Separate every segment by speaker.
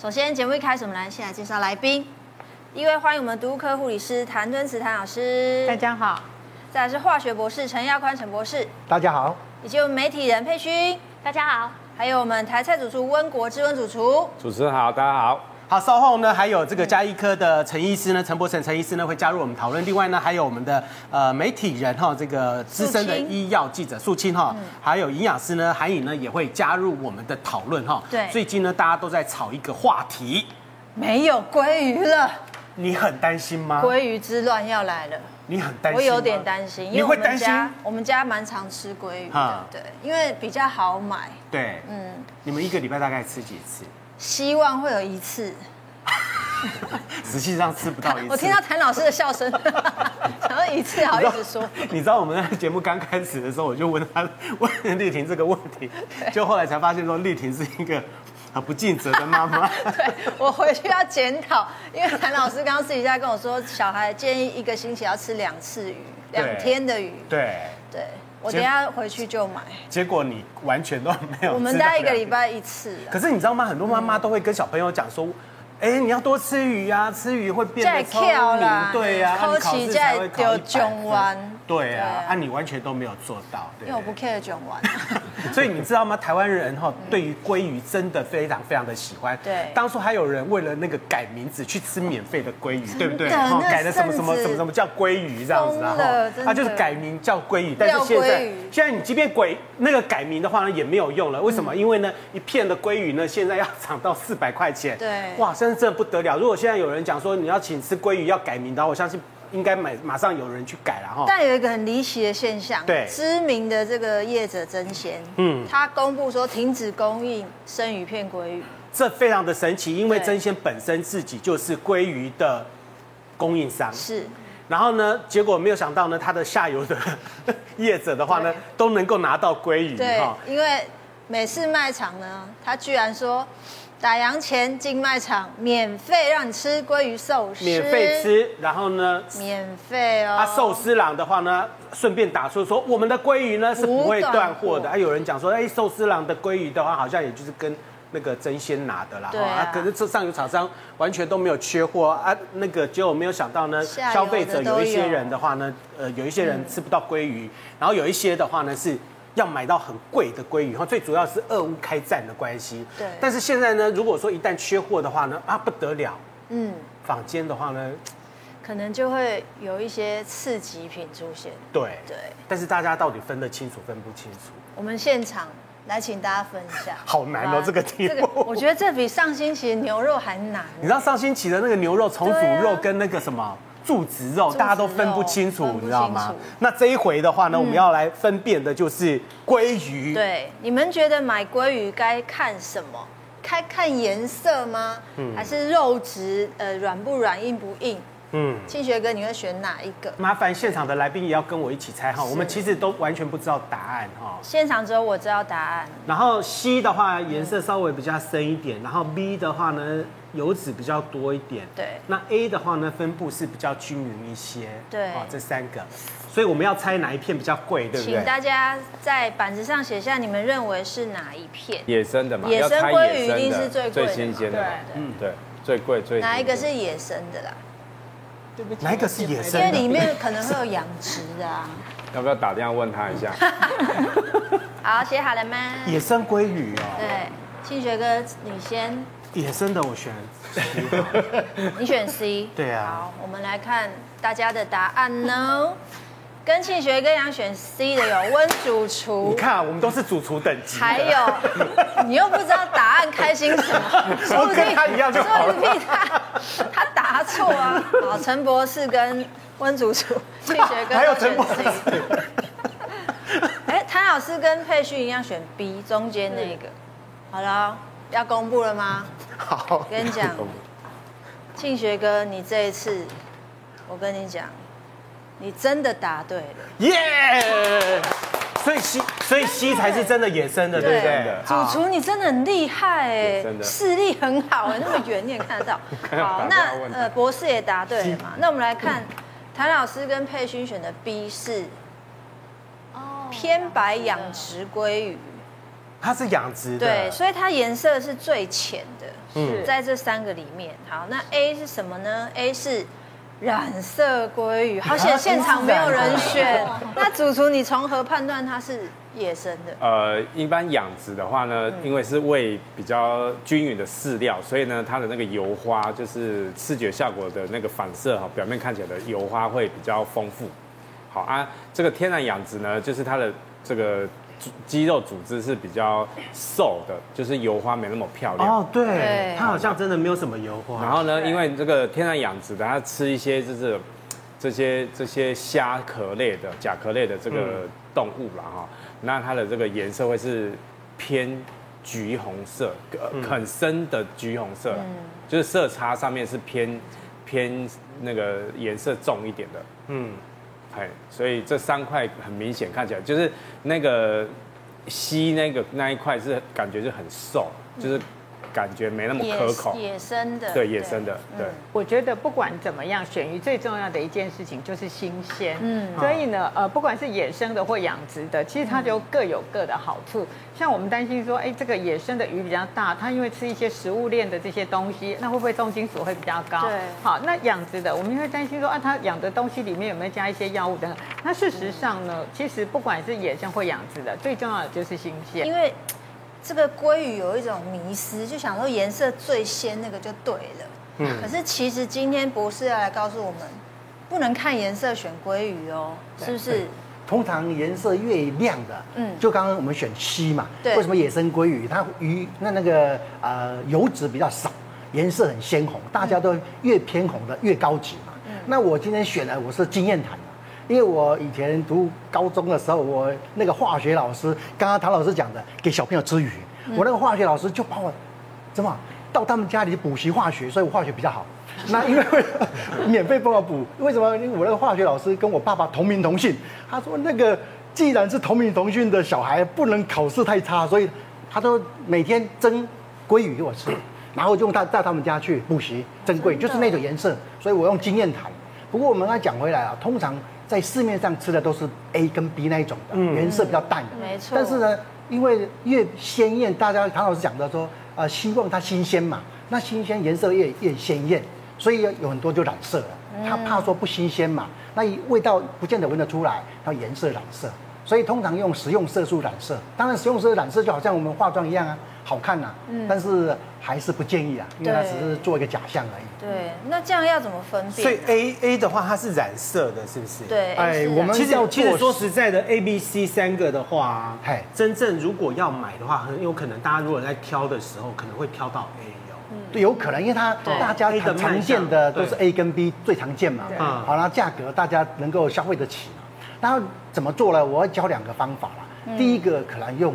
Speaker 1: 首先，节目一开始，我们来先来介绍来宾。第一位，欢迎我们毒物科护理师谭敦慈谭老师，
Speaker 2: 大家好，
Speaker 1: 再来是化学博士陈耀宽陈博士，
Speaker 3: 大家好，
Speaker 1: 以及我们媒体人佩勋，
Speaker 4: 大家好，
Speaker 1: 还有我们台菜主厨温国之温主厨。
Speaker 5: 主持人好，大家好。
Speaker 6: 好，稍后呢，还有这个加医科的陈医师呢，陈博成陈医师呢会加入我们讨论。另外呢，还有我们的呃媒体人哈，这个资深的医药记者素清
Speaker 1: 嗯
Speaker 6: 哈，还有营养师呢韩颖呢也会加入我们的讨论哈。
Speaker 1: 对
Speaker 6: 最近呢大家都在炒一个话题，
Speaker 2: 没有鲑鱼了，
Speaker 6: 你很担心吗？
Speaker 1: 鲑鱼之乱要来了，
Speaker 6: 你很担心？
Speaker 1: 我有点担心，因
Speaker 6: 你
Speaker 1: 为我
Speaker 6: 会
Speaker 1: 们
Speaker 6: 担心？
Speaker 1: 家我们家蛮常吃鲑鱼的
Speaker 6: 哈，
Speaker 1: 对，因为比较好买，
Speaker 6: 对，
Speaker 1: 嗯，
Speaker 6: 你们一个礼拜大概吃几次？
Speaker 1: 希望会有一次。
Speaker 6: 实际上吃不到一次。
Speaker 1: 我听到谭老师的笑声， 想要一次好意思说，
Speaker 6: 你知道我们在节目刚开始的时候，我就问他 问丽婷这个问题，就后来才发现说丽婷是一个很不尽责的 妈妈。
Speaker 1: 对我回去要检讨，因为谭老师刚刚私底下跟我说，小孩建议一个星期要吃两次鱼，
Speaker 6: 对
Speaker 1: 两天的鱼。
Speaker 6: 对，
Speaker 1: 对，我等一下回去就买。
Speaker 6: 结果你完全都没有。
Speaker 1: 我们大概一个礼。拜一次啊，
Speaker 6: 可是你知道吗？很多妈妈都会跟小朋友讲说。哎，你要多吃鱼啊，吃鱼会变得聪明，对呀、啊，
Speaker 1: 抠
Speaker 6: 你考
Speaker 1: 起
Speaker 6: 试
Speaker 1: 再
Speaker 6: 才会考
Speaker 1: 丢
Speaker 6: 100
Speaker 1: 囧完
Speaker 6: 分，对呀、啊，啊，你完全都没有做到，对
Speaker 1: 因为我不 care 卷完。
Speaker 6: 所以你知道吗？台湾人哈、对于鲑鱼真的非常非常的喜欢。
Speaker 1: 对
Speaker 6: 当初还有人为了那个改名字去吃免费的鲑鱼，对不对？
Speaker 1: 那阵
Speaker 6: 齁
Speaker 1: 子
Speaker 6: 改了什么什么什么什么叫鲑鱼这样子啊
Speaker 1: 疯了
Speaker 6: 齁
Speaker 1: 真的
Speaker 6: 啊就是改名叫鲑鱼，但是现
Speaker 1: 料鲑
Speaker 6: 在
Speaker 1: 鱼
Speaker 6: 现在你即便鬼那个改名的话呢，也没有用了。为什么？
Speaker 1: 嗯
Speaker 6: 因为呢，一片的鲑鱼呢，现在要涨到四百块钱。
Speaker 1: 对
Speaker 6: 哇，真的真的不得了。如果现在有人讲说你要请吃鲑鱼要改名的话，我相信应该马马上有人去改了哈。齁
Speaker 1: 但有一个很离奇的现象，
Speaker 6: 对
Speaker 1: 知名的这个业者真鲜，嗯，他公布说停止供应生鱼片鲑鱼，
Speaker 6: 这非常的神奇，因为
Speaker 1: 对
Speaker 6: 真鲜本身自己就是鲑鱼的供应商，
Speaker 1: 是
Speaker 6: 然后呢，结果没有想到呢，它的下游的 业者的话呢
Speaker 1: 对，
Speaker 6: 都能够拿到鲑鱼
Speaker 1: 对
Speaker 6: 哈，，
Speaker 1: 因为美式卖场呢，他居然说打烊前进卖场免费让你吃鲑鱼寿司，
Speaker 6: 免费，吃，然后呢。
Speaker 1: 免费哦，
Speaker 6: 啊，寿司郎的话呢，顺便打出说我们的鲑鱼呢是不会断货
Speaker 1: 不断
Speaker 6: 的。
Speaker 1: 货
Speaker 6: 啊，有人讲说，哎，寿司郎的鲑鱼的话，好像也就是跟那个真鲜拿的啦。
Speaker 1: 对啊
Speaker 6: 可是这上游厂商完全都没有缺货啊，那个结果没有想到呢，
Speaker 1: 下游的
Speaker 6: 消费者有一
Speaker 1: 都
Speaker 6: 些
Speaker 1: 有嗯
Speaker 6: 人的话呢，呃，有一些人吃不到鲑鱼，然后有一些的话呢是。要买到很贵的鲑鱼，然后最主要是俄乌开战的关系。
Speaker 1: 对
Speaker 6: 但是现在呢，如果说一旦缺货的话呢，啊不得了，
Speaker 1: 嗯，
Speaker 6: 坊间的话呢，
Speaker 1: 可能就会有一些次级品出现。
Speaker 6: 对
Speaker 1: 对，
Speaker 6: 但是大家到底分得清楚分不清楚？
Speaker 1: 我们现场来请大家分一下，
Speaker 6: 好难哦
Speaker 1: 好吧
Speaker 6: 这个题目
Speaker 1: 我觉得这比上星期牛肉还难。
Speaker 6: 你知道上星期的那个牛肉重
Speaker 1: 对
Speaker 6: 组
Speaker 1: 啊
Speaker 6: 肉跟那个什么柱子肉，
Speaker 1: 子肉
Speaker 6: 大家都分不清楚
Speaker 1: 分不清，楚
Speaker 6: 你知道吗？那这一回的话呢，我们要来分辨的就是鲑鱼。
Speaker 1: 对，你们觉得买鲑鱼该看什么？该看颜色吗？还是肉质？呃，软不软，硬不硬？
Speaker 6: 嗯，
Speaker 1: 庆学哥，你会选哪一个？
Speaker 6: 麻烦现场的来宾也要跟我一起猜哈，我们其实都完全不知道答案哈。
Speaker 1: 现场只有我知道答案。
Speaker 6: 然后 C 的话颜色稍微比较深一点，然后 B 的话呢油脂比较多一点，
Speaker 1: 对
Speaker 6: 那 A 的话呢分布是比较均匀一些，
Speaker 1: 对
Speaker 6: 哦这三个，所以我们要猜哪一片比较贵，对不
Speaker 1: 请
Speaker 6: 对？
Speaker 1: 大家在板子上写下你们认为是哪一片，
Speaker 5: 野生的嘛，
Speaker 1: 野生
Speaker 5: 要猜
Speaker 1: 鲑鱼
Speaker 5: 野生的
Speaker 1: 一定是最贵的嘛
Speaker 5: 最新鲜的嘛，
Speaker 2: 对
Speaker 5: 嗯，对，最贵最新鲜
Speaker 1: 哪一个是野生的啦？
Speaker 2: 对不起，
Speaker 6: 哪一个是野
Speaker 1: 因
Speaker 6: 生
Speaker 1: 为
Speaker 6: 的
Speaker 1: 里面可能会有养殖的 啊。
Speaker 5: 要不要打电话问他一下？
Speaker 1: 好，写好了吗？
Speaker 6: 野生鲑鱼哦，
Speaker 1: 对，庆学哥，你先，
Speaker 6: 野生的我选，
Speaker 1: 你选 C。
Speaker 6: 对啊
Speaker 1: 好，我们来看大家的答案呢。跟庆学哥一样选 C 的有温主
Speaker 6: 你
Speaker 1: 厨，
Speaker 6: 看我们都是主厨等级的，
Speaker 1: 还有你又不知道答案，开心什么？ 说不定
Speaker 6: 跟他一样就好
Speaker 1: 说
Speaker 6: 了
Speaker 1: 不定他他答错啊。好，陈博士跟温主厨，庆学哥
Speaker 6: 还有
Speaker 1: 都选
Speaker 6: 陈博
Speaker 1: C。哎，谭老师跟佩旭一样选 B 中间那个。好了，要公布了吗？
Speaker 6: 好，
Speaker 1: 跟你讲，庆学哥，你这一次，我跟你讲，你真的答对了。
Speaker 6: 耶、所以 C 所以 C 才是真的野生的，对不
Speaker 5: 真
Speaker 6: 对
Speaker 5: 的？
Speaker 1: 主厨，你真的很厉害哎
Speaker 5: 真，的
Speaker 1: 视力很好哎， 那么远你也看得 到。好，那呃，博士也答对了嘛？
Speaker 5: 嗯
Speaker 1: 那我们来看，谭老师跟佩勋选的 B 是
Speaker 4: 哦
Speaker 1: 偏白养殖鲑鱼，
Speaker 5: 嗯
Speaker 6: 它是养殖的，
Speaker 1: 对，所以它颜色是最浅的，嗯，在这三个里面，好，那 A 是什么呢？A 是染色鲑 鱼，好险现场没有人选。那主厨，你从何判断它是野生的？
Speaker 5: 呃，一般养殖的话呢，
Speaker 1: 嗯
Speaker 5: 因为是喂比较均匀的饲料，所以呢，它的那个油花就是视觉效果的那个反射哈，表面看起来的油花会比较丰富。好啊，这个天然养殖呢，就是它的这个组肌肉组织是比较瘦的，就是油花没那么漂亮。
Speaker 6: 哦，对
Speaker 1: 对，
Speaker 6: 它好像真的没有什么油花。
Speaker 5: 然后呢，因为这个天然养殖的，它吃一些就是这些这些虾壳类的、甲壳类的这个动物啦哈、那它的这个颜色会是偏橘红色，呃很深的橘红色啦，就是色差上面是偏偏那个颜色重一点的，
Speaker 6: 嗯，
Speaker 5: 哎，所以这三块很明显看起来就是那个吸那个那一块是感觉是很瘦，就是感觉没那么可口。
Speaker 1: 野野生的，
Speaker 5: 对，野生的，对，嗯
Speaker 3: 我觉得不管怎么样，选鱼最重要的一件事情就是新鲜。
Speaker 1: 嗯
Speaker 3: 嗯，所以呢，呃，不管是野生的或养殖的，其实它就各有各的好处。像我们担心说，哎，这个野生的鱼比较大，它因为吃一些食物链的这些东西，那会不会重金属会比较高？
Speaker 1: 对
Speaker 3: 好，那养殖的，我们会担心说，啊，它养的东西里面有没有加一些药物等等。那事实上呢，其实不管是野生或养殖的，最重要的就是新鲜。
Speaker 1: 因为这个鲑鱼有一种迷思，就想说颜色最鲜那个就对了。
Speaker 7: 嗯
Speaker 1: 可是其实今天博士要来告诉我们，不能看颜色选鲑鱼哦，是不是？
Speaker 7: 通常颜色越亮的，
Speaker 1: 嗯
Speaker 7: 嗯，就刚刚我们选 C 嘛，
Speaker 1: 对
Speaker 7: 为什么野生鲑鱼它鱼那那个呃油脂比较少，颜色很鲜红，大家都越偏红的越高级嘛。那我今天选的我是经验谈嘛，因为我以前读高中的时候，我那个化学老师，刚刚唐老师讲的，给小朋友吃鱼，我那个化学老师就把我怎么到他们家里补习化学，所以我化学 比较好。那因为免费帮我补，为什么？因为我那个化学老师跟我爸爸同名同姓，他说那个既然是同名同姓的小孩，不能考试太差，所以他都每天蒸鲑鱼给我吃，然后就用他带他们家去补习蒸鲑鱼，就是那种颜色，所以我用经验谈。不过我们要讲回来啊，通常在市面上吃的都是 A 跟 B 那一种的，颜色比较淡的，
Speaker 1: 嗯没错
Speaker 7: 但是呢。呢，因为越鲜艳，大家唐老师讲的说，呃，希望它新鲜嘛，那新鲜颜色越越鲜艳，所以有很多就染色了。他怕说不新鲜嘛，那味道不见得闻得出来，它颜色染色，所以通常用食用色素染色。当然，食用色素染色就好像我们化妆一样啊，好看呐、但是还是不建议啊，因为它
Speaker 1: 对
Speaker 7: 只是做一个假象而已。
Speaker 1: 对，那这样要怎么分
Speaker 6: 所以
Speaker 1: 辨？
Speaker 6: A A 的话，它是染色的，是不是？。
Speaker 1: 对，
Speaker 7: 哎
Speaker 1: 是啊
Speaker 7: 我们
Speaker 6: 其实
Speaker 7: 要做
Speaker 6: 其实说实在的，A、B、C 三个的话
Speaker 7: 嗨，
Speaker 6: 真正如果要买的话，很有可能大家如果在挑的时候，可能会挑到 A 哦。
Speaker 7: 对，有可能，因为它
Speaker 1: 对
Speaker 7: 大家
Speaker 6: A
Speaker 7: 常
Speaker 6: 的卖
Speaker 7: 常见
Speaker 6: 相
Speaker 7: 的都是
Speaker 6: 对
Speaker 7: A 跟 B 最常见嘛，
Speaker 6: 嗯
Speaker 7: 好，那价格大家能够消费得起嘛。然后怎么做呢？我要教两个方法
Speaker 1: 嗯
Speaker 7: 啦。第一个可能用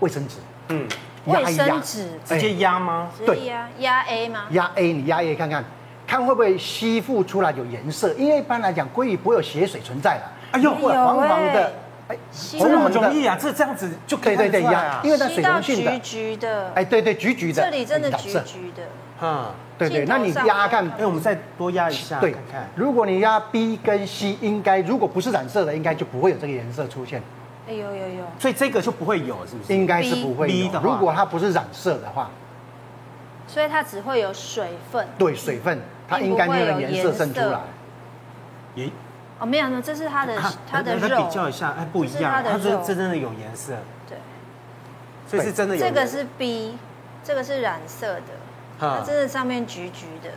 Speaker 7: 卫生纸
Speaker 6: 嗯，
Speaker 7: 压
Speaker 1: 卫
Speaker 7: 一压
Speaker 1: 生，纸
Speaker 6: 直接压吗？
Speaker 1: 直
Speaker 7: 对
Speaker 1: 接压压 A 吗？
Speaker 7: 压 A，你压 A 看看，看会不会吸附出来有颜色？因为一般来讲，鲑鱼不会有血水存在的。
Speaker 6: 哎呦
Speaker 7: 如果黄黄
Speaker 1: 欸
Speaker 7: 的，哎，
Speaker 1: 吸
Speaker 7: 红
Speaker 6: 这么
Speaker 7: 红
Speaker 6: 容易
Speaker 7: 的，
Speaker 6: 啊，这这样子就可以
Speaker 7: 对对对，
Speaker 6: 看出来
Speaker 7: 压
Speaker 6: 啊，
Speaker 7: 因为它
Speaker 1: 吸
Speaker 7: 水
Speaker 1: 到
Speaker 7: 溶性
Speaker 1: 橘
Speaker 7: 的，
Speaker 1: 橘的，
Speaker 7: 哎，对对，橘橘的，
Speaker 1: 这里真的
Speaker 7: 哎染
Speaker 1: 橘
Speaker 7: 色
Speaker 1: 橘的，
Speaker 6: 嗯，
Speaker 7: 对对，
Speaker 1: 镜头
Speaker 7: 那你
Speaker 1: 上啊
Speaker 7: 压
Speaker 1: 看
Speaker 7: 看
Speaker 6: 哎，我们再多压一下，
Speaker 7: 对
Speaker 6: 看看，。
Speaker 7: 如果你压 B 跟 C，应该如果不是染色的，应该就不会有这个颜色出现，
Speaker 1: 哎呦呦呦，
Speaker 6: 所以这个就不会有，是不是？
Speaker 7: 应该是不会
Speaker 6: B- B
Speaker 7: 有
Speaker 6: 的。话
Speaker 7: 如果它不是染色的话，
Speaker 1: 所以它只会有水分。
Speaker 7: 对水分，它应该没有颜色渗出来。
Speaker 6: 也啊
Speaker 1: 哦，没有，没有这是它的
Speaker 7: 啊
Speaker 1: 它
Speaker 6: 看
Speaker 1: 的
Speaker 6: 来
Speaker 1: 肉。
Speaker 6: 比较一下，哎，不一
Speaker 1: 这是它
Speaker 6: 样，
Speaker 1: 的
Speaker 6: 它这
Speaker 1: 肉
Speaker 6: 这真的有颜色，
Speaker 1: 对，
Speaker 6: 所以是真的有
Speaker 1: 这
Speaker 6: 颜
Speaker 1: 个
Speaker 7: 嗯
Speaker 6: 色。
Speaker 1: 是 B，这个是染色的，它
Speaker 6: 嗯
Speaker 1: 真的上面橘橘的，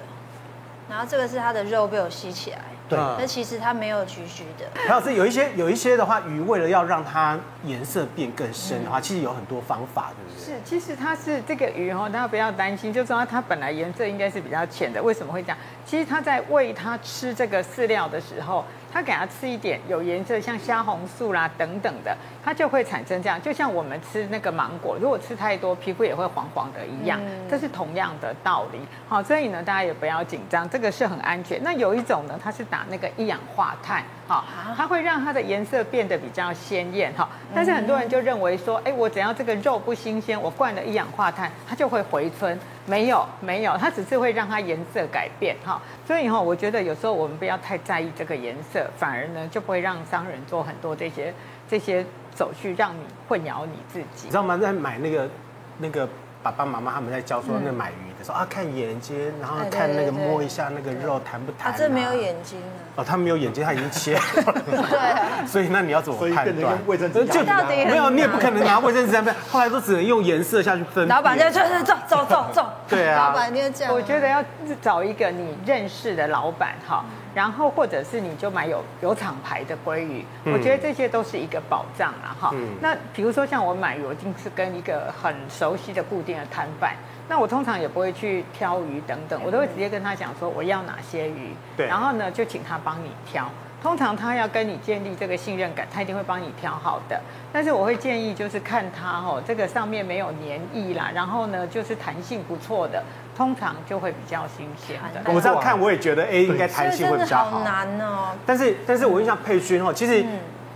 Speaker 1: 然后这个是它的肉被我吸起来，
Speaker 7: 对
Speaker 6: 嗯
Speaker 1: 但其实它没有橘橘的。
Speaker 6: 还有是有一些有一些的话，鱼为了要让它颜色变更深的话，其实有很多方法，对不对？
Speaker 3: 是，其实它是这个鱼哦，大家不要担心，就说它本来颜色应该是比较浅的，为什么会这样？其实它在喂它吃这个饲料的时候，它给它吃一点有颜色，像虾红素啦等等的，它就会产生这样，就像我们吃那个芒果，如果吃太多，皮肤也会黄黄的一样，这是同样的道理。好，所以呢，大家也不要紧张，这个是很安全。那有一种呢，它是打那个一氧化碳，好，它会让它的颜色变得比较鲜艳哈。但是很多人就认为说，哎，我只要这个肉不新鲜，我灌了一氧化碳，它就会回春。没有，没有，它只是会让它颜色改变哈。所以哈，我觉得有时候我们不要太在意这个颜色，反而呢就不会让商人做很多这些这些手续，让你混淆你自己
Speaker 6: 你知。道吗？在买那个那个爸爸妈妈他们在教说那买鱼的的时候啊，看眼睛，然
Speaker 1: 嗯
Speaker 6: 后
Speaker 1: 哎对
Speaker 6: 看那个
Speaker 1: 对对
Speaker 6: 摸一下那个肉弹不弹、
Speaker 1: 啊，这没有。眼睛啊，
Speaker 6: 哦，他没有眼睛，他已经切 了，
Speaker 1: 对啊，
Speaker 6: 所以那你要怎么
Speaker 7: 所以
Speaker 6: 判
Speaker 7: 变成
Speaker 6: 断？
Speaker 7: 用卫生纸啊
Speaker 6: 就
Speaker 7: 打
Speaker 1: 到底很
Speaker 6: 没有，你也不
Speaker 1: 难
Speaker 6: 可能拿卫生纸在那边，后来都只能用颜色下去分辨。
Speaker 1: 老板就就是走走走走，
Speaker 6: 对啊
Speaker 1: 老板就这样，
Speaker 3: 我觉得要找一个你认识的老板
Speaker 1: 嗯
Speaker 3: 哈，然后或者是你就买有有厂牌的鲑鱼，我觉得这些都是一个宝藏啦哈。那比如说像我买鱼，我一定是跟一个很熟悉的固定的摊贩，那我通常也不会去挑鱼等等，我都会直接跟他讲说我要哪些鱼，
Speaker 6: 对
Speaker 3: 然后呢就请他帮你挑。通常他要跟你建立这个信任感，他一定会帮你挑好的。但是我会建议就是看他哦，这个上面没有粘液啦，然后呢就是弹性不错的，通常就会比较新鲜的。
Speaker 6: 我这样看，我也觉得 A 应该弹性会
Speaker 1: 所
Speaker 6: 比较
Speaker 1: 以真的好难哦，
Speaker 6: 但是，但是我印象佩勋哦，其实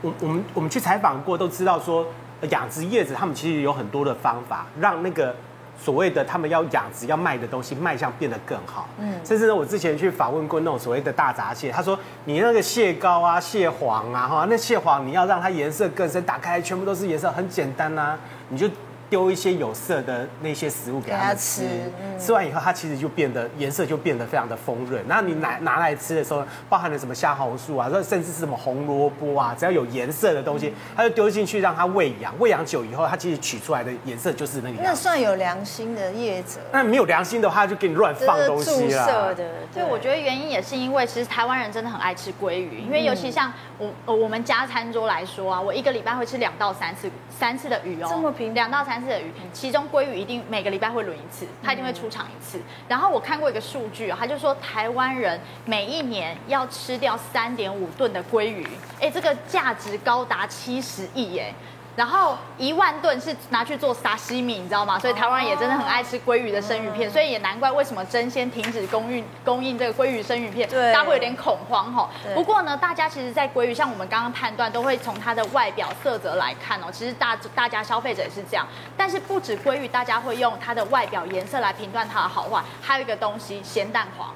Speaker 6: 我我们我们去采访过，都知道说呃养殖叶子他们其实有很多的方法，让那个所谓的他们要养殖要卖的东西卖相变得更好。嗯，甚至呢，我之前去访问过那种所谓的大闸蟹，他说你那个蟹膏啊、蟹黄啊，哈，那蟹黄你要让它颜色更深，打开全部都是颜色，很简单啊，你就。丢一些有色的那些食物给它
Speaker 1: 给它
Speaker 6: 们
Speaker 1: 吃
Speaker 6: 吃，
Speaker 4: 嗯
Speaker 6: 吃完以后，它其实就变得颜色就变得非常的丰润。那
Speaker 4: 嗯
Speaker 6: 你拿拿来吃的时候，包含了什么虾红素啊，甚至是什么红萝卜啊，只要有颜色的
Speaker 4: 嗯
Speaker 6: 东西，它就丢进去让它喂养。喂养久以后，它其实取出来的颜色就是那个
Speaker 1: 那
Speaker 6: 样子。
Speaker 1: 算有良心的业者，
Speaker 6: 那没有良心的话，它就给你乱 放
Speaker 1: 这
Speaker 6: 东
Speaker 1: 是
Speaker 6: 西
Speaker 1: 注
Speaker 6: 啦
Speaker 1: 射。的，
Speaker 4: 对，我觉得原因也是因为，其实台湾人真的很爱吃鲑鱼，因为尤
Speaker 1: 嗯
Speaker 4: 其像我呃我们家餐桌来说啊，我一个礼拜会吃两到三次三次的鱼哦，
Speaker 1: 这么频繁
Speaker 4: 两到三次的鱼，其中鲑鱼一定每个礼拜会轮一次，它一定会出场一次。然后我看过一个数据、啊，他就说台湾人每一年要吃掉三点五吨的鲑鱼，哎，这个价值高达七十亿耶。然后一万吨是拿去做沙西米，你知道吗？所以台湾人也真的很爱吃鲑鱼的生鱼
Speaker 1: 哦
Speaker 4: 片，所以也难怪为什么争先停止供应供应这个鲑鱼生鱼片，
Speaker 1: 对
Speaker 4: 大家会有点恐慌哈
Speaker 1: 对。
Speaker 4: 不过呢，大家其实，在鲑鱼像我们刚刚判断，都会从它的外表色泽来看哦。其实大大家消费者也是这样，但是不止鲑鱼，大家会用它的外表颜色来评断它的好坏，还有一个东西咸蛋黄。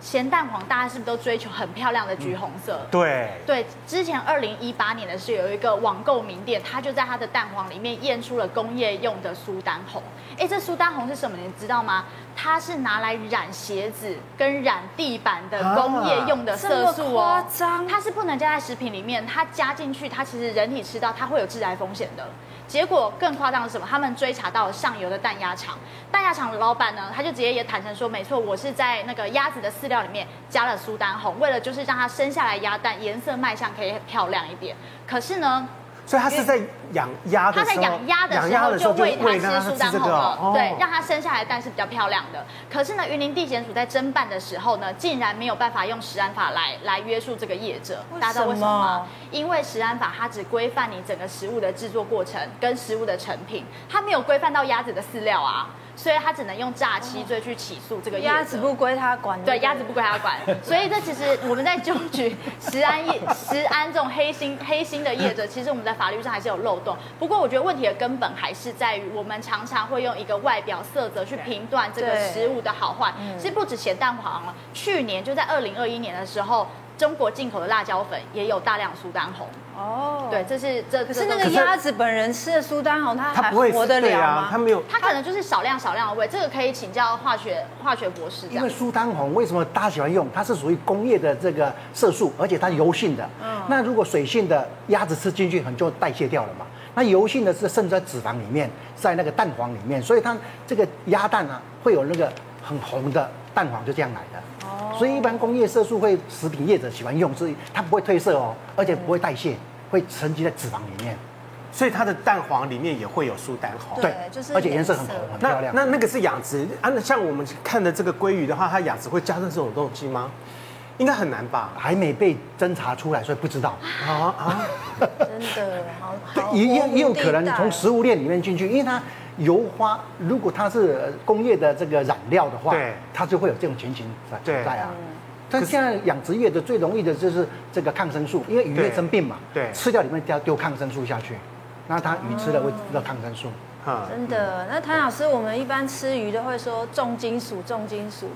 Speaker 4: 咸蛋黄，大家是不是都追求很漂亮的橘红色？
Speaker 6: 对，
Speaker 4: 对，之前二零一八年的时候，有一个网购名店，它就在它的蛋黄里面验出了工业用的苏丹红。哎，这苏丹红是什么？你知道吗？它是拿来染鞋子跟染地板的工业用的色
Speaker 1: 啊这么
Speaker 4: 素
Speaker 1: 夸
Speaker 4: 哦。
Speaker 1: 张
Speaker 4: 它是不能加在食品里面，它加进去，它其实人体吃到它会有致癌风险的。结果更夸张的是什么？他们追查到了上游的蛋鸭厂，蛋鸭厂的老板呢，他就直接也坦诚说，没错，我是在那个鸭子的饲料里面加了苏丹红，为了就是让它生下来鸭蛋颜色卖相可以漂亮一点。可是呢，
Speaker 6: 所以它是在养鸭的
Speaker 4: 他
Speaker 6: 时
Speaker 4: 在
Speaker 6: 候，
Speaker 4: 养鸭的
Speaker 6: 养
Speaker 4: 时
Speaker 6: 鸭
Speaker 4: 候
Speaker 6: 的
Speaker 4: 就喂它
Speaker 6: 喂让
Speaker 4: 吃苏丹
Speaker 6: 这
Speaker 4: 红
Speaker 6: 个
Speaker 4: 了，
Speaker 6: 哦，
Speaker 4: 对，让它生下来的蛋是比较漂亮的。可是呢，云林地检署在侦办的时候呢，竟然没有办法用食安法来来约束这个业者，大家知道为什么吗？因为食安法它只规范你整个食物的制作过程跟食物的成品，它没有规范到鸭子的饲料啊，所以它只能用诈欺罪去起诉这个业者。
Speaker 1: 鸭子不归他管，
Speaker 4: 对，鸭子不归他 管，所以这其实我们在纠举 食安业、食安这种黑心黑心的业者，其实我们在法律上还是有漏洞。不过我觉得问题的根本还是在于，我们常常会用一个外表色泽去评断这个
Speaker 1: 对嗯
Speaker 4: 食物的好坏。其实不止咸蛋黄了，去年就在二零二一年的时候，中国进口的辣椒粉也有大量苏丹红。
Speaker 1: 哦，
Speaker 4: 对，。这是这
Speaker 1: 可
Speaker 4: 这
Speaker 1: 是
Speaker 4: 都
Speaker 1: 那个鸭子本人吃的苏丹红，它
Speaker 6: 它
Speaker 1: 还
Speaker 6: 不会
Speaker 1: 活得
Speaker 6: 对
Speaker 1: 了
Speaker 6: 啊
Speaker 1: 吗？，
Speaker 6: 它没有
Speaker 4: 它可能就是少量少量的味，这个可以请教化学化学博士这
Speaker 7: 因
Speaker 4: 样
Speaker 7: 为。苏丹红为什么大家喜欢用？它是属于工业的这个色素，而且它油性的。
Speaker 1: 嗯
Speaker 7: 那如果水性的鸭子吃进去，很就代谢掉了嘛。那油性的是渗在脂肪里面，在那个蛋黄里面，所以它这个鸭蛋啊，会有那个很红的蛋黄，就这样来的。哦。所以一般工业色素会食品业者喜欢用，所以它不会褪色哦，而且不会代谢，会沉积在脂肪里面。
Speaker 6: 所以它的蛋黄里面也会有苏丹红。
Speaker 1: 对就是
Speaker 7: 而且颜色很
Speaker 1: 颜色
Speaker 7: 红，很漂
Speaker 6: 那
Speaker 7: 亮。
Speaker 6: 那那个是养殖啊？那像我们看的这个鲑鱼的话，它养殖会加上这种东西吗？应该很难吧？
Speaker 7: 还没被侦查出来，所以不知道。
Speaker 6: 啊啊！
Speaker 1: 真的，好好
Speaker 7: 也也也有
Speaker 1: 荒芜地
Speaker 7: 可能
Speaker 1: 带
Speaker 7: 从食物链里面进去，因为它油花如果它是呃工业的这个染料的话，
Speaker 6: 对
Speaker 7: 它就会有这种情形在
Speaker 6: 对嗯
Speaker 7: 存在啊。但现在养殖业的最容易的就是这个抗生素，因为鱼
Speaker 6: 对
Speaker 7: 会生病嘛，
Speaker 6: 对
Speaker 7: 吃掉里面要丢抗生素下去，那它鱼吃了
Speaker 6: 哦
Speaker 7: 会吃到抗生素。
Speaker 6: 哈
Speaker 1: 真的，那谭老师，我们一般吃鱼都会说重金属，重金属。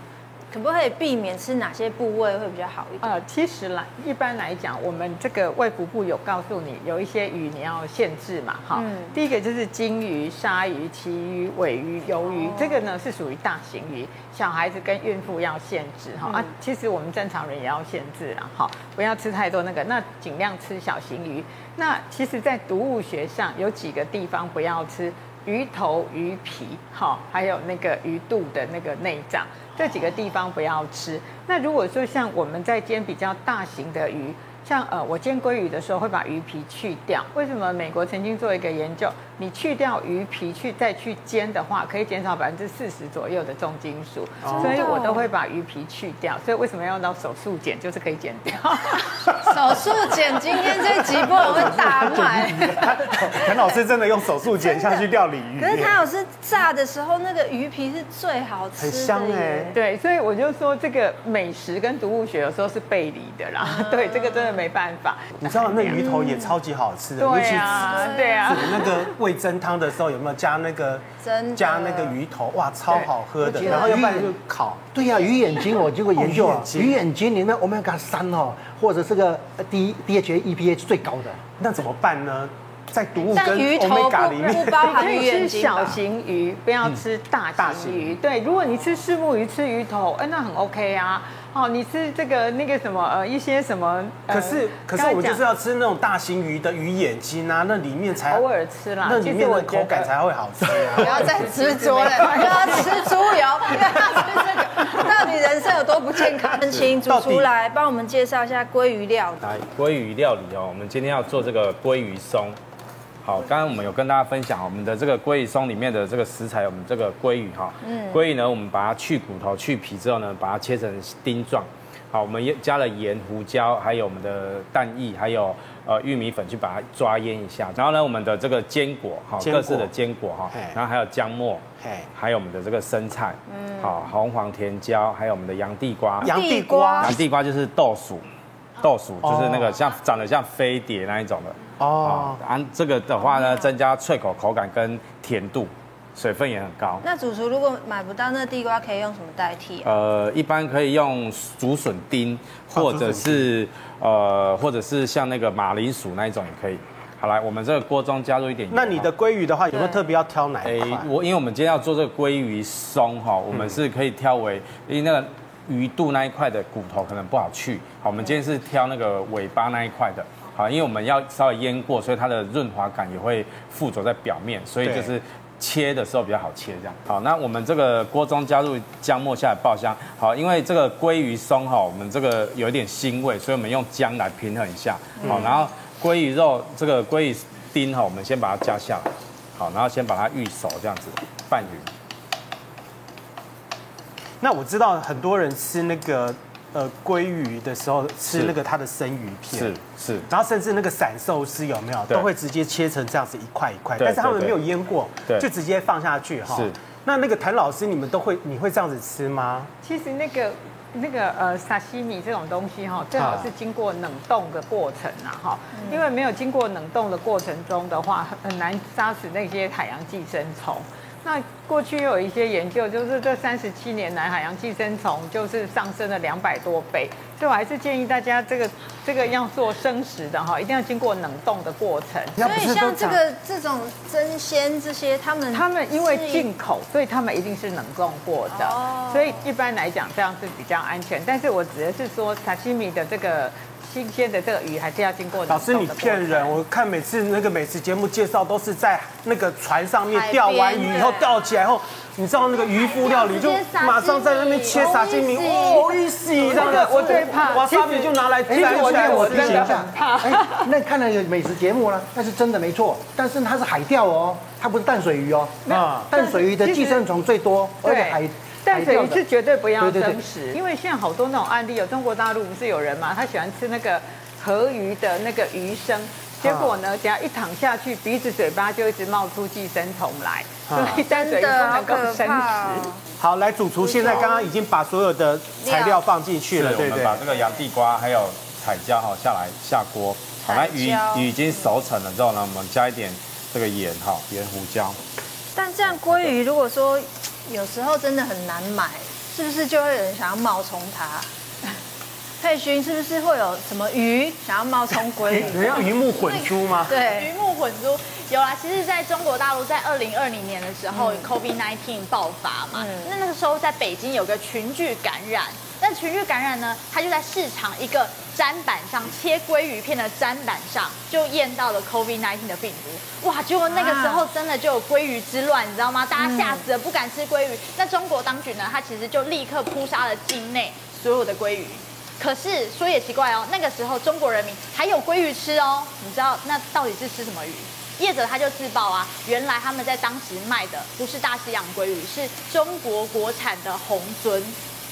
Speaker 1: 可不可以避免吃哪些部位会比较好一点？
Speaker 3: 呃，其实啦，一般来讲，我们这个卫福部有告诉你，有一些鱼你要限制嘛，哈。
Speaker 1: 嗯
Speaker 3: 第一个就是金鱼、鲨鱼、旗鱼、尾鱼、鱿鱼，这个呢是属于大型鱼，小孩子跟孕妇要限制哈、啊。其实我们正常人也要限制啦，哈，不要吃太多那个，那尽量吃小型鱼。那其实，在毒物学上有几个地方不要吃。鱼头、鱼皮，哈、还有那个鱼肚的那个内脏，这几个地方不要吃。那如果说像我们在煎比较大型的鱼，像呃，我煎鲑鱼的时候会把鱼皮去掉。为什么美国曾经做一个研究，你去掉鱼皮去再去煎的话，可以减少百分之四十左右的重金属，所以我都会把鱼皮去掉。所以为什么要用到手术剪，就是可以剪掉。
Speaker 1: 手术剪今天这集不能会大卖。
Speaker 6: 谭老师真的用手术剪下去料理鱼
Speaker 1: 可，是谭老师炸的时候，那个鱼皮是最好吃的，
Speaker 6: 很香哎。
Speaker 3: 对，所以我就说这个美食跟毒物学有时候是背离的啦。对，这个真的没办法。
Speaker 6: 你知道那鱼头也超级好吃的，尤
Speaker 3: 对
Speaker 6: 其
Speaker 3: 啊，对啊
Speaker 6: 煮。那个味噌汤的时候，有没有加那个
Speaker 1: 真的
Speaker 6: 加那个鱼头？哇，超好喝的。
Speaker 7: 对
Speaker 6: 然后要不然就烤。
Speaker 7: 对呀、鱼眼睛我经过研究啊
Speaker 6: 哦，
Speaker 7: 鱼
Speaker 6: 鱼眼睛
Speaker 7: 眼睛里面 omega 三哦，或者这个 D DHA EPA 是 E 最高的。
Speaker 6: 那怎么办呢？在毒物
Speaker 1: 但
Speaker 6: 跟
Speaker 1: 鱼头
Speaker 6: omega
Speaker 1: 不
Speaker 6: 里
Speaker 1: 不
Speaker 6: 面，
Speaker 1: 包含
Speaker 3: 可
Speaker 1: 鱼
Speaker 3: 以
Speaker 1: 眼
Speaker 3: 吃
Speaker 1: 睛吧
Speaker 3: 小型鱼，不要吃大
Speaker 6: 嗯大
Speaker 3: 型
Speaker 6: 型
Speaker 3: 鱼。对，如果你吃虱目鱼、吃鱼头，哎，那很 OK 啊。哦，你吃这个那个什么呃一些什么，呃
Speaker 6: 可是可
Speaker 3: 刚
Speaker 6: 是
Speaker 3: 才
Speaker 6: 我们就是
Speaker 3: 讲
Speaker 6: 要吃那种大型鱼的鱼眼睛啊，那里面才
Speaker 3: 偶尔吃啦，
Speaker 6: 那
Speaker 3: 其
Speaker 6: 里
Speaker 3: 实
Speaker 6: 面
Speaker 3: 我
Speaker 6: 的
Speaker 3: 觉
Speaker 6: 口感
Speaker 3: 得
Speaker 6: 才会好吃
Speaker 1: 不
Speaker 6: 啊。
Speaker 1: 要再执着了，又要吃猪 油，又要吃这个，到底人生有多不健康？请主厨来帮我们介绍一下鲑鱼料理。
Speaker 5: 来，鲑鱼料理哦，我们今天要做这个鲑鱼松。好，刚刚我们有跟大家分享我们的这个鲑鱼松里面的这个食材，我们这个鲑鱼哈，嗯，鲑鱼呢，我们把它去骨头、去皮之后呢，把它切成丁状。好，我们也加了盐、胡椒，还有我们的蛋液，还有呃玉米粉去把它抓腌一下。然后呢，我们的这个坚果哈，
Speaker 6: 坚果
Speaker 5: 各式的坚果哈
Speaker 6: 嘿，
Speaker 5: 然后还有姜末，
Speaker 6: 嘿
Speaker 5: 还有我们的这个生菜，嗯，好，红黄甜椒，还有我们的洋地瓜，
Speaker 6: 洋地瓜
Speaker 5: 然后地瓜就是豆薯，豆薯就是那个像长得像飞碟那一种的
Speaker 6: 哦
Speaker 5: 哦。，按这个的话呢，增加脆口口感跟甜度，水分也很高。
Speaker 1: 那主厨如果买不到那地瓜，可以用什么代替、啊？
Speaker 5: 呃，一般可以用竹笋丁，
Speaker 6: 啊
Speaker 5: 或者是呃，或者是像那个马铃薯那一种也可以。好来，我们这个锅中加入一点油。
Speaker 6: 那你的鲑鱼的话，有没有特别要挑哪
Speaker 5: 哎
Speaker 6: 一块？，
Speaker 5: 我因为我们今天要做这个鲑鱼松哈，我们是可以挑为，因为那个鱼肚那一块的骨头可能不好去，好，我们今天是挑那个尾巴那一块的，好，因为我们要稍微腌过，所以它的润滑感也会附着在表面，所以
Speaker 6: 对
Speaker 5: 就是。切的时候比较好切，这样好。那我们这个锅中加入姜末下来爆香，好，因为这个鲑鱼松哈，我们这个有一点腥味，所以我们用姜来平衡一下，好。然后鲑鱼肉这个鲑鱼丁哈，我们先把它加下来，好，然后先把它预熟这样子拌匀。
Speaker 6: 那我知道很多人吃那个呃鲑鱼的时候，吃
Speaker 5: 是
Speaker 6: 那个它的生鱼片，
Speaker 5: 是是，
Speaker 6: 然后甚至那个散寿司有没有
Speaker 5: 对
Speaker 6: 都会直接切成这样子一块一块，
Speaker 5: 对
Speaker 6: 但是他们
Speaker 5: 对
Speaker 6: 没
Speaker 5: 对
Speaker 6: 有腌过，
Speaker 5: 对
Speaker 6: 就直接放下去哈
Speaker 5: 是。
Speaker 6: 那那个谭老师，你们都会你会这样子吃吗？
Speaker 3: 其实那个那个呃沙西米这种东西哈、最好是经过冷冻的过程啊哈、因为没有经过冷冻的过程中的话，很很难杀死那些海洋寄生虫。那过去有一些研究，就是这三十七年来海洋寄生虫就是上升了两百多倍，所以我还是建议大家这个这个要做生食的哈，一定要经过冷冻的过程。
Speaker 1: 所以像这个这种真鲜这些，他们
Speaker 3: 他们因为
Speaker 1: 是
Speaker 3: 进口，所以他们一定是冷冻过的，
Speaker 1: 哦
Speaker 3: 所以一般来讲这样是比较安全。但是我指的是说，沙西米的这个新鲜的这个鱼还是要经过冷
Speaker 6: 老
Speaker 3: 冻
Speaker 6: 师，
Speaker 3: 的
Speaker 6: 你
Speaker 3: 过
Speaker 6: 骗
Speaker 3: 程。
Speaker 6: 人！我看每次那个美食节目介绍都是在那个船上面
Speaker 1: 海边
Speaker 6: 钓完鱼以后
Speaker 1: 对
Speaker 6: 钓起来后，你知道那个渔夫料理就
Speaker 8: 直接撒
Speaker 6: 马上在那边切撒金米，哦，意思这样
Speaker 3: 那
Speaker 6: 的
Speaker 3: 个，我最怕
Speaker 6: 哇，
Speaker 3: 其实
Speaker 6: 沙米就拿来
Speaker 7: 哎，
Speaker 6: 摘
Speaker 7: 那
Speaker 6: 起来，
Speaker 7: 我
Speaker 6: 我
Speaker 7: 提
Speaker 6: 提
Speaker 7: 醒
Speaker 6: 醒
Speaker 7: 一下
Speaker 6: 一下，，
Speaker 7: 哎，那看了有美食节目呢，那是真的没错，但是它是海钓哦，它不是淡水鱼哦，
Speaker 6: 啊
Speaker 7: 淡水鱼的寄生虫最多，而且海
Speaker 3: 对，淡水
Speaker 7: 海钓
Speaker 3: 鱼
Speaker 7: 的
Speaker 3: 是绝对不要
Speaker 7: 对对对
Speaker 3: 生食，因为现在好多那种案例，有中国大陆不是有人嘛，他喜欢吃那个河鱼的那个鱼生。
Speaker 6: 啊
Speaker 3: 结果呢，只要一躺下去，鼻子、嘴巴就一直冒出寄生虫来，所
Speaker 6: 啊
Speaker 3: 以淡水鱼
Speaker 1: 真
Speaker 3: 不
Speaker 1: 的
Speaker 3: 能
Speaker 1: 好
Speaker 3: 够
Speaker 1: 可
Speaker 3: 生食
Speaker 1: 怕、。哦。
Speaker 6: 好，来主厨现在刚刚已经把所有的材料放进去了，
Speaker 5: 我
Speaker 6: 对不
Speaker 5: 们
Speaker 6: 对？
Speaker 5: 把这个洋地瓜还有彩椒哈下来下锅，好，那鱼
Speaker 1: 彩椒
Speaker 5: 鱼已经熟成了之后呢，我们加一点这个盐哈，盐胡椒。
Speaker 1: 但这样鲑鱼如果说有时候真的很难买，是不是就会有人想要冒充 它？佩勋是不是会有什么鱼想要冒充鲑
Speaker 3: 哎
Speaker 1: 鱼？
Speaker 9: 人要鱼目混珠吗？
Speaker 1: 对，
Speaker 4: 鱼目混珠有啦。其实，在中国大陆，在二零二零年的时候、c o v i d nineteen 爆发嘛，那那个时候在北京有个群聚感染。那群聚感染呢，它就在市场一个砧板上切鲑鱼片的砧板上，就验到了 COVID nineteen 的病毒。哇！结果那个时候真的就有鲑鱼之乱，你知道吗？大家吓死了，不敢吃鲑鱼。那中国当局呢，它其实就立刻扑杀了境内所有的鲑鱼。可是说也奇怪哦，那个时候中国人民还有鲑鱼吃哦，你知道那到底是吃什么鱼？业者他就自曝啊，原来他们在当时卖的不是大西洋鲑鱼，是中国国产的红鳟。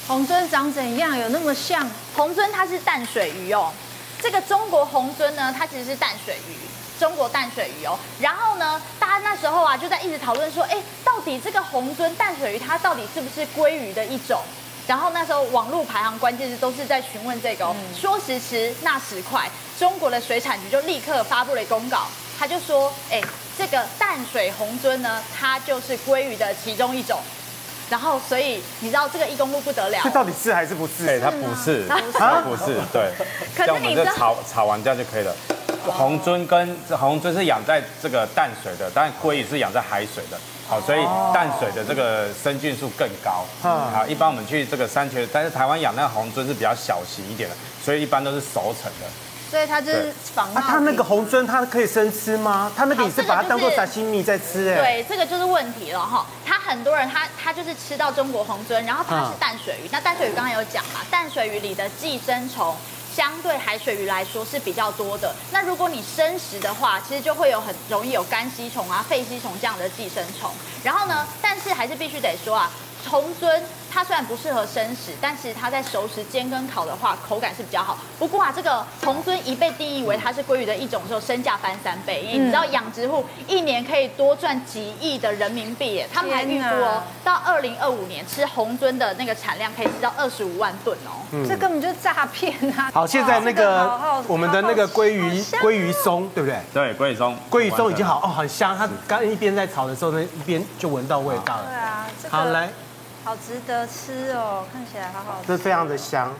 Speaker 1: 红尊长怎样？有那么像？
Speaker 4: 红鳟它是淡水鱼哦，这个中国红鳟呢，它其实是淡水鱼，中国淡水鱼哦。然后呢，大家那时候啊就在一直讨论说，哎，到底这个红鳟淡水鱼它到底是不是鲑鱼的一种？然后那时候网络排行关键字都是在询问这个、哦，说时迟那时快，中国的水产局就立刻发布了公告，他就说，哎，这个淡水红鳟呢，它就是鲑鱼的其中一种。然后，所以你知道这个一公路不得了哦
Speaker 9: 这，到底是还是不是？
Speaker 5: 哎，它不是，它不是，对。
Speaker 4: 可是
Speaker 5: 像我们
Speaker 4: 你
Speaker 5: 就
Speaker 4: 知道
Speaker 5: 炒炒完这样就可以了。红鳟跟红鳟是养在这个淡水的，但鲑鱼是养在海水的。好，所以
Speaker 4: 哦
Speaker 5: 淡水的这个生菌数更高。
Speaker 4: 嗯
Speaker 5: 好，一般我们去这个山泉，但是台湾养那个红鳟是比较小型一点的，所以一般都是熟成的。
Speaker 1: 所以它就是
Speaker 5: 对
Speaker 1: 仿冒
Speaker 9: 啊，
Speaker 1: 品。
Speaker 9: 它那个红鳟它可以生吃吗？它那个也是把它当做
Speaker 4: 好这个
Speaker 9: 沙
Speaker 4: 就
Speaker 9: 西米在吃哎。
Speaker 4: 对，这个就是问题了哈。他很多人他他就是吃到中国红鳟，然后它是淡水鱼，那淡水鱼刚才有讲嘛，淡水鱼里的寄生虫。相对海水鱼来说是比较多的。那如果你生食的话，其实就会有很容易有肝吸虫啊、肺吸虫这样的寄生虫。然后呢，但是还是必须得说啊，红鳟它虽然不适合生食，但是它在熟食煎跟烤的话，口感是比较好。不过啊，这个红鳟一被定义为它是鲑鱼的一种之后，身价翻三倍，因为你知道养殖户一年可以多赚几亿的人民币耶，他们还预估
Speaker 1: 天
Speaker 4: 哦
Speaker 1: 哪，
Speaker 4: 到二零二五年吃红鳟的那个产量可以吃到二十五万吨哦。
Speaker 1: 这根本就是诈骗啊！
Speaker 6: 好，现在那个
Speaker 1: 好好
Speaker 6: 我们的那个鲑鱼
Speaker 1: 好香哦
Speaker 6: 鲑鱼松，对不对？
Speaker 5: 对，鲑鱼松，
Speaker 6: 鲑鱼松已经好哦，很香。它刚一边在炒的时候呢，一边就闻到味道
Speaker 1: 对
Speaker 6: 了。
Speaker 1: 啊，这
Speaker 6: 好，
Speaker 1: 个
Speaker 6: 来，
Speaker 1: 好值得吃哦，看起来好好吃。
Speaker 6: 这非常的香。